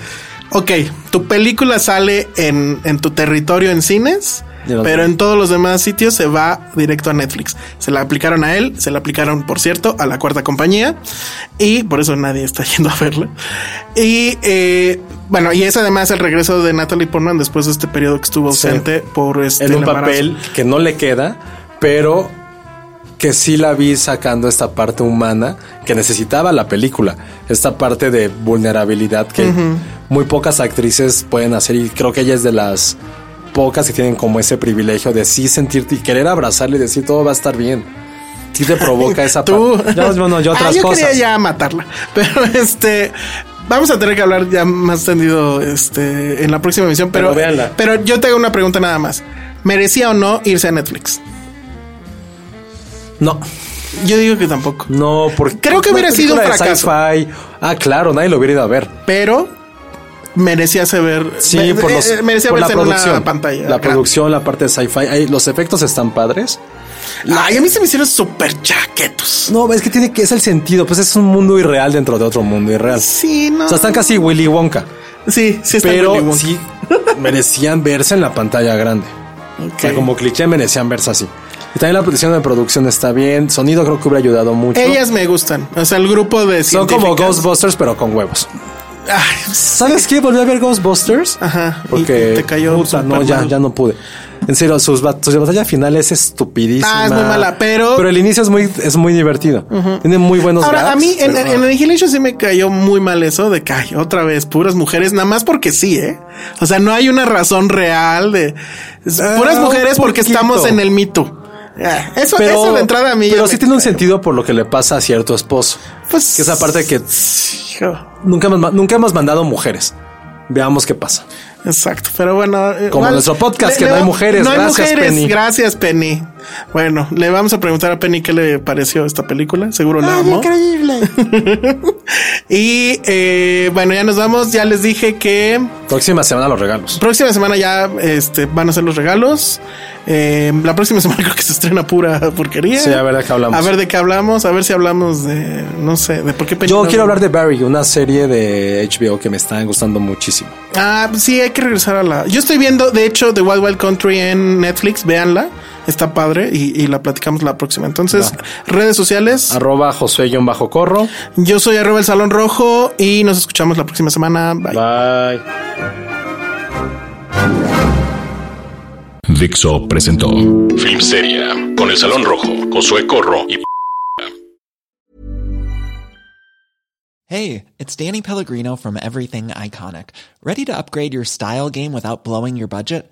ok, tu película sale en, en tu territorio en cines, Y en los pero demás. en todos los demás sitios se va directo a Netflix. Se la aplicaron a él, se la aplicaron, por cierto, a la cuarta compañía y por eso nadie está yendo a verla. Y eh, bueno, y es además el regreso de Natalie Portman después de este periodo que estuvo Sí. ausente por este en un el embarazo. papel que no le queda, pero que sí la vi sacando esta parte humana que necesitaba la película, esta parte de vulnerabilidad que muy pocas actrices pueden hacer y creo que ella es de las pocas que tienen como ese privilegio de sí sentirte y querer abrazarle y decir todo va a estar bien. Sí te provoca esa Tú. parte. Ya, bueno, yo Ah, otras yo cosas. quería ya matarla. Pero este. Vamos a tener que hablar ya más tendido este, en la próxima emisión. Pero, Pero véanla. pero yo te hago una pregunta nada más. ¿Merecía o no irse a Netflix? No, Yo digo que tampoco. no, porque Creo que una hubiera sido un película de sci-fi. Ah, claro, nadie lo hubiera ido a ver. Pero merecía se ver. Sí, me- por, eh, los, eh, merecía por verse en una producción. pantalla. La grande. producción, la parte de sci-fi. ahí Los efectos están padres. Ay, a mí se me hicieron súper chaquetos. No, es que tiene que, es el sentido. Pues es un mundo irreal dentro de otro mundo irreal. Sí, no. O sea, están casi Willy Wonka. Sí, sí, está Willy Pero Wonka. sí merecían verse en la pantalla grande. O sea, Ok. como cliché merecían verse así. Y también la producción de producción está bien. Sonido creo que hubiera ayudado mucho. Ellas me gustan. O sea, el grupo de. Son como científicas. Ghostbusters, pero con huevos. Ay, ¿Sabes qué? Volví a ver Ghostbusters. Ajá, y Porque te cayó puta, no, súper ya, mal. ya no pude. En serio, sus bat- su batalla final es estupidísima. Ah, es muy mala, pero- Pero el inicio es muy, es muy divertido. Tiene muy buenos Ahora, gags, a mí en, pero- en Annihilation sí me cayó muy mal eso de que ay, otra vez puras mujeres, nada más porque sí, ¿eh? O sea, no hay una razón real de es Ah, puras un mujeres porque poquito. estamos en el mito. Eso, eso de entrada a mí. Pero ya sí me- tiene un sentido por lo que le pasa a cierto esposo. Pues- que esa parte que Hijo, nunca hemos, ma- nunca hemos mandado mujeres. Veamos qué pasa. Exacto, pero bueno. eh, Como nuestro podcast, que no hay mujeres. No hay Gracias, mujeres. Penny. Gracias, Penny. Bueno, le vamos a preguntar a Penny qué le pareció esta película. Seguro Ah, la amó. increíble. Y eh, bueno, ya nos vamos. Ya les dije que Próxima semana los regalos. Próxima semana ya este, van a ser los regalos. Eh, la próxima semana creo que se estrena pura porquería. Sí, a ver de qué hablamos. A ver de qué hablamos, a ver si hablamos de, no sé, de por qué Yo película- quiero hablar de Barry, una serie de HBO que me está gustando muchísimo. Ah, sí, hay que regresar a la... Yo estoy viendo, de hecho, The Wild Wild Country en Netflix, véanla. Está padre y, y la platicamos la próxima. Entonces, redes sociales. Arroba Josué-Corro. Yo soy arroba el Salón Rojo y nos escuchamos la próxima semana. Bye. Bye. Dixo presentó Film Seria con El Salón Rojo, Josué Corro y Hey, it's Danny Pellegrino from Everything Iconic. Ready to upgrade your style game without blowing your budget?